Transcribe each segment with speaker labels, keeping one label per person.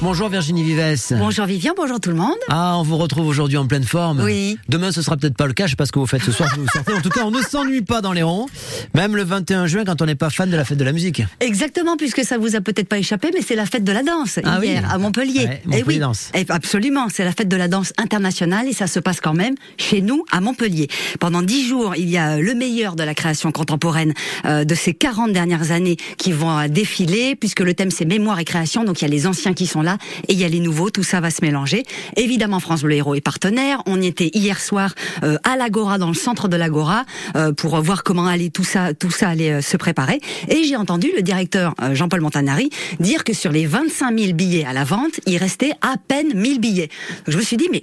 Speaker 1: Bonjour Virginie Vives.
Speaker 2: Bonjour Vivien, bonjour tout le monde.
Speaker 1: Ah, on vous retrouve aujourd'hui en pleine forme.
Speaker 2: Oui.
Speaker 1: Demain, ce sera peut-être pas le cas, je sais pas ce que vous faites ce soir, vous sortez. En tout cas, on ne s'ennuie pas dans les ronds, même le 21 juin quand on n'est pas fan de la fête de la musique.
Speaker 2: Exactement, puisque ça vous a peut-être pas échappé, mais c'est la fête de la danse
Speaker 1: Ah
Speaker 2: hier
Speaker 1: oui.
Speaker 2: à Montpellier.
Speaker 1: Ouais, Montpellier
Speaker 2: Eh oui,
Speaker 1: Danse.
Speaker 2: Eh, absolument, c'est la fête de la danse internationale et ça se passe quand même chez nous à Montpellier. Pendant dix jours, il y a euh, le meilleur de la création contemporaine euh, de ces 40 dernières années qui vont euh, défiler, puisque le thème c'est mémoire et création, donc il y a les anciens qui sont là et il y a les nouveaux, tout ça va se mélanger. Évidemment, France Bleu Héros est partenaire, on y était hier soir euh, à l'Agora, dans le centre de l'Agora, euh, pour voir comment allait tout ça, tout ça allait euh, se préparer. Et j'ai entendu le directeur euh, Jean-Paul Montanari dire que sur les 25 000 billets à la vente, il restait à peine 1000 billets. Donc, je me suis dit, mais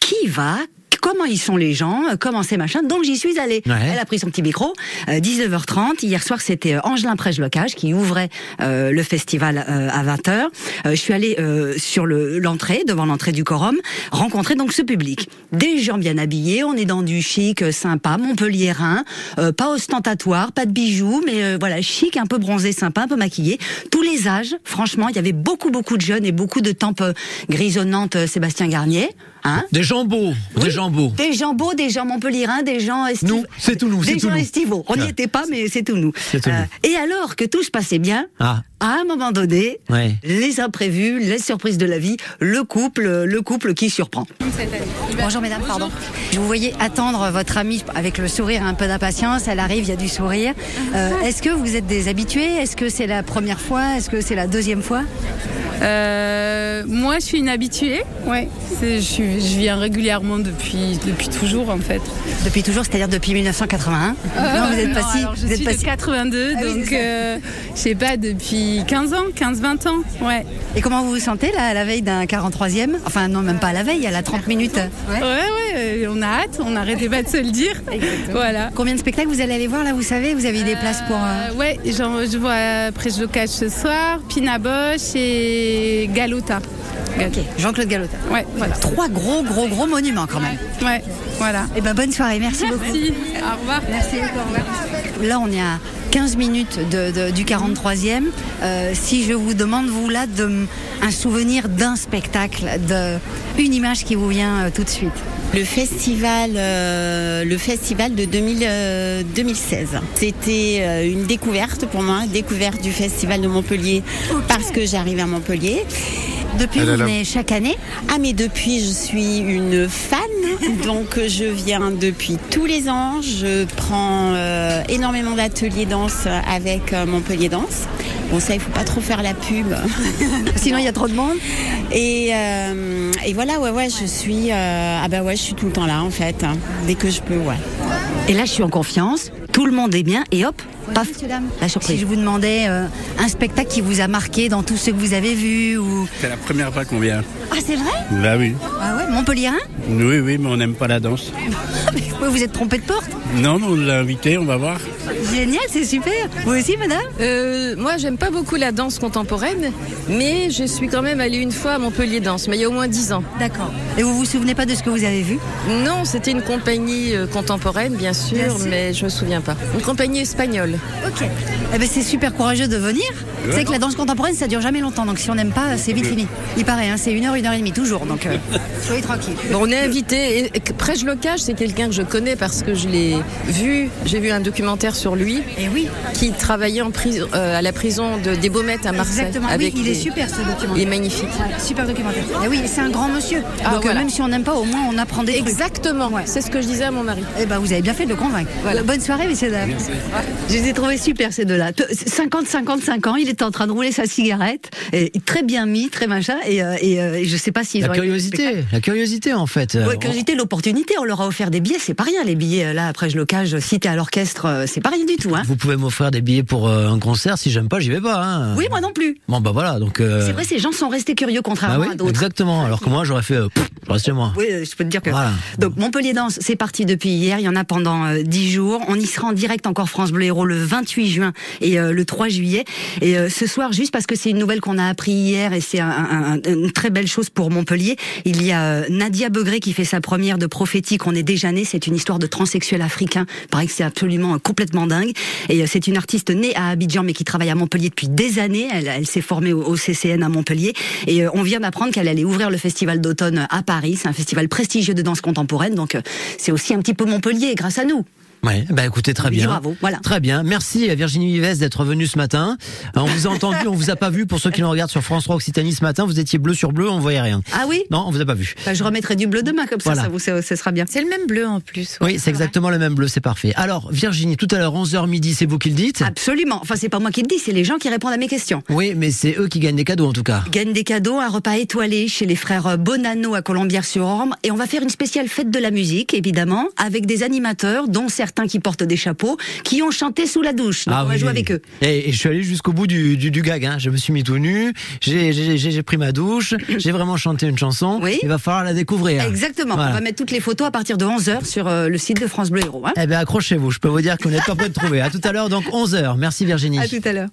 Speaker 2: qui va Comment ils sont les gens euh, Comment c'est machin Donc j'y suis allée.
Speaker 1: Ouais.
Speaker 2: Elle a pris son petit micro. euh, 19h30. Hier soir, c'était euh, Angelin Prège-Locage qui ouvrait euh, le festival euh, à 20h. je suis allée euh, sur le- l'entrée, devant l'entrée du quorum, rencontrer donc ce public. Des gens bien habillés. On est dans du chic, euh, sympa, montpelliérain, euh, pas ostentatoire, pas de bijoux, mais euh, voilà, chic, un peu bronzé, sympa, un peu maquillé. Tous les âges. Franchement, il y avait beaucoup, beaucoup de jeunes et beaucoup de tempes euh, grisonnantes. euh, Sébastien Garnier, hein
Speaker 1: Des gens beaux, des gens beaux.
Speaker 2: des gens beaux, des gens montpelliérains, des gens estivaux.
Speaker 1: Nous, c'est tout nous, c'est
Speaker 2: Des
Speaker 1: tout
Speaker 2: gens
Speaker 1: nous.
Speaker 2: estivaux. On n'y
Speaker 1: Ouais.
Speaker 2: était pas, mais c'est tout nous. Euh,
Speaker 1: C'est tout nous.
Speaker 2: et alors que tout se passait bien,
Speaker 1: Ah,
Speaker 2: à un moment donné,
Speaker 1: ouais.
Speaker 2: les imprévus, les surprises de la vie, le couple, le couple qui surprend. Bonjour mesdames, pardon. Je vous voyais attendre votre amie avec le sourire, un peu d'impatience. Elle arrive, il y a du sourire. Euh, Est-ce que vous êtes des habitués Est-ce que c'est la première fois Est-ce que c'est la deuxième fois
Speaker 3: Euh, moi, je suis une habituée. Ouais. C'est- Je, suis- je viens régulièrement depuis, depuis toujours, en fait.
Speaker 2: Depuis toujours, c'est-à-dire depuis 1981 Euh, Non, vous êtes pas si.
Speaker 3: Ah, alors, je
Speaker 2: vous êtes
Speaker 3: suis
Speaker 2: pas
Speaker 3: de
Speaker 2: si-
Speaker 3: 82,
Speaker 2: Ah oui,
Speaker 3: donc
Speaker 2: c'est ça.
Speaker 3: euh, je sais pas, depuis 15 ans, 15-20 ans. Ouais.
Speaker 2: Et comment vous vous sentez là à la veille d'un 43e Enfin non, même pas à la veille, à la 30 minutes.
Speaker 3: Ouais, ouais, euh, on a hâte, on n'arrêtait pas de se le dire. Voilà.
Speaker 2: Combien de spectacles vous allez aller voir là Vous savez, vous avez des places pour... euh,
Speaker 3: Euh, ouais, genre, je vois Presse Locage ce soir, Pina Bosch et Galota.
Speaker 2: Ok, Jean-Claude Galota.
Speaker 3: Ouais, voilà.
Speaker 2: Trois gros, gros, gros monuments quand même.
Speaker 3: Ouais, voilà.
Speaker 2: Eh ben bonne soirée, merci beaucoup.
Speaker 3: Merci, au revoir.
Speaker 2: Merci beaucoup, Là, on est à 15 minutes de- de- du 43e. Euh, si je vous demande, vous, là, de, m- un souvenir d'un spectacle, de, une image qui vous vient euh, tout de suite.
Speaker 4: Le festival, euh, le festival de 2000, euh, 2016. C'était euh, une découverte pour moi, découverte du festival de Montpellier parce que j'arrive à Montpellier.
Speaker 2: Depuis,
Speaker 5: Elle
Speaker 2: vous
Speaker 5: a la-
Speaker 2: venez chaque année.
Speaker 4: Ah mais depuis je suis une fan, donc euh, je viens depuis tous les ans. Je prends euh, énormément d'ateliers danse avec euh, Montpellier Danse. Bon ça il faut pas trop faire la pub.
Speaker 2: Sinon, il y a trop de monde.
Speaker 4: Et, euh, et voilà ouais ouais je suis euh, ah bah ouais je suis tout le temps là en fait hein, dès que je peux ouais.
Speaker 2: Et là, je suis en confiance, tout le monde est bien, et hop, paf, la surprise. Si je vous demandais euh, un spectacle qui vous a marqué dans tout ce que vous avez vu, ou...
Speaker 6: C'est la première fois qu'on vient.
Speaker 2: Ah, c'est vrai
Speaker 6: Bah oui.
Speaker 2: Ah ouais, Montpellierin
Speaker 6: Oui, oui, mais on n'aime pas la danse.
Speaker 2: Vous vous êtes trompé de porte
Speaker 6: Non, mais on l'a invité, on va voir.
Speaker 2: Génial, c'est super Vous aussi, madame
Speaker 7: Euh, moi, j'aime pas beaucoup la danse contemporaine, mais je suis quand même allée une fois à Montpellier Danse, mais il y a au moins 10 ans.
Speaker 2: D'accord. Et vous vous souvenez pas de ce que vous avez vu
Speaker 7: Non, c'était une compagnie euh, contemporaine, bien sûr,
Speaker 2: Bien sûr.
Speaker 7: mais je me souviens pas. Une compagnie espagnole.
Speaker 2: Ok. Eh ben, c'est super courageux de venir. C'est que la danse contemporaine, ça dure jamais longtemps, donc si on n'aime pas, c'est vite fini. Il paraît, hein, c'est une heure, une heure et demie, toujours, donc euh, soyez tranquille.
Speaker 7: Bon, on est invité. Et Prège Locage, c'est quelqu'un que je connais parce que je l'ai vu. J'ai vu un documentaire sur lui
Speaker 2: Et oui,
Speaker 7: qui travaillait en prison, euh, à la prison de, des Baumettes à Marseille.
Speaker 2: exactement.
Speaker 7: avec
Speaker 2: oui, il est
Speaker 7: des-
Speaker 2: super ce document.
Speaker 7: Il est magnifique.
Speaker 2: Super documentaire. Et oui, c'est un grand monsieur.
Speaker 7: Ah,
Speaker 2: Donc euh,
Speaker 7: voilà.
Speaker 2: même si on n'aime pas, au moins on apprend des trucs.
Speaker 7: Exactement. C'est ce que je disais à mon mari.
Speaker 2: Eh ben, vous avez bien fait de le convaincre.
Speaker 7: Voilà.
Speaker 2: Bonne soirée, messieurs dames. Je les ai trouvés super, ces deux-là. 50-55 ans, il était en train de rouler sa cigarette. Et très bien mis, très machin. Et, euh, et, euh, et je sais pas s'ils
Speaker 1: La
Speaker 2: ont.
Speaker 1: curiosité, la curiosité en fait.
Speaker 2: Ouais, curiosité, l'opportunité. On leur a offert des billets, c'est pas rien, les billets. euh, Là, après, je locage, si t'es à l'orchestre, euh, c'est pas rien du tout. Hein.
Speaker 1: Vous pouvez m'offrir des billets pour euh, un concert, si j'aime pas, j'y vais pas. hein.
Speaker 2: Oui, moi non plus.
Speaker 1: Bon bah voilà, donc. euh,
Speaker 2: C'est vrai, ces gens sont restés curieux,
Speaker 1: Bah
Speaker 2: contrairement
Speaker 1: oui,
Speaker 2: à d'autres.
Speaker 1: exactement. Alors que moi, j'aurais fait. euh, pff, je reste chez moi.
Speaker 2: Oui, euh, je peux te dire que.
Speaker 1: Voilà.
Speaker 2: Donc Montpellier Danse, c'est parti depuis hier. Il y en a pendant euh, 10 jours. On y sera en direct encore France Bleu Héros le 28 juin et euh, le 3 juillet. Et euh, euh, ce soir, juste parce que c'est une nouvelle qu'on a appris hier et c'est un- un- un- une très belle chose pour Montpellier. Il y a euh, Nadia Begré qui fait sa première de prophétique. On est déjà né. C'est une histoire de transsexuel africain. Il paraît que c'est absolument euh, complètement dingue. Et euh, c'est une artiste née à Abidjan mais qui travaille à Montpellier depuis des années. Elle, elle s'est formée au, au CCN à Montpellier et euh, on vient d'apprendre qu'elle allait ouvrir le festival d'automne euh, à Paris. C'est un festival prestigieux de danse contemporaine. Donc euh, c'est aussi un petit peu Montpellier grâce à nous.
Speaker 1: Ouais, bah écoutez, très
Speaker 2: Oui,
Speaker 1: bien.
Speaker 2: bravo, voilà.
Speaker 1: Très bien. Merci à Virginie Vives d'être venue ce matin. Euh, On vous a entendu, on vous a pas vu. Pour ceux qui nous regardent sur France 3 Occitanie ce matin, vous étiez bleu sur bleu, on voyait rien.
Speaker 2: Ah oui
Speaker 1: Non, on vous a pas vu.
Speaker 2: Bah, Je remettrai du bleu demain comme ça,
Speaker 1: Voilà.
Speaker 2: ça vous ça, ça sera bien.
Speaker 5: C'est le même bleu en plus. ouais.
Speaker 1: Oui, c'est exactement le même bleu, c'est parfait. Alors, Virginie, tout à l'heure, 11h midi, c'est vous qui le dites
Speaker 2: Absolument. Enfin, c'est pas moi qui le dis, c'est les gens qui répondent à mes questions.
Speaker 1: Oui, mais c'est eux qui gagnent des cadeaux en tout cas.
Speaker 2: Gagne des cadeaux, un repas étoilé chez les frères Bonanno à Colombières-sur-Orme. Et on va faire une spéciale fête de la musique, évidemment, avec des animateurs, dont certains qui portent des chapeaux, qui ont chanté sous la douche. Donc on va
Speaker 1: Ah oui.
Speaker 2: jouer avec eux.
Speaker 1: Et, et je suis allé jusqu'au bout du, du, du gag. Hein. Je me suis mis tout nu, j'ai- j'ai j'ai- j'ai pris ma douche, j'ai vraiment chanté une chanson.
Speaker 2: Oui.
Speaker 1: Il va falloir la découvrir.
Speaker 2: Exactement.
Speaker 1: Voilà.
Speaker 2: On va mettre toutes les photos à partir de 11h sur euh, le site de France Bleu Héros. hein.
Speaker 1: ben, Eh bien, accrochez-vous, je peux vous dire qu'on n'est pas prêt de trouver. À tout à l'heure, donc 11h. Merci Virginie.
Speaker 2: à tout à l'heure.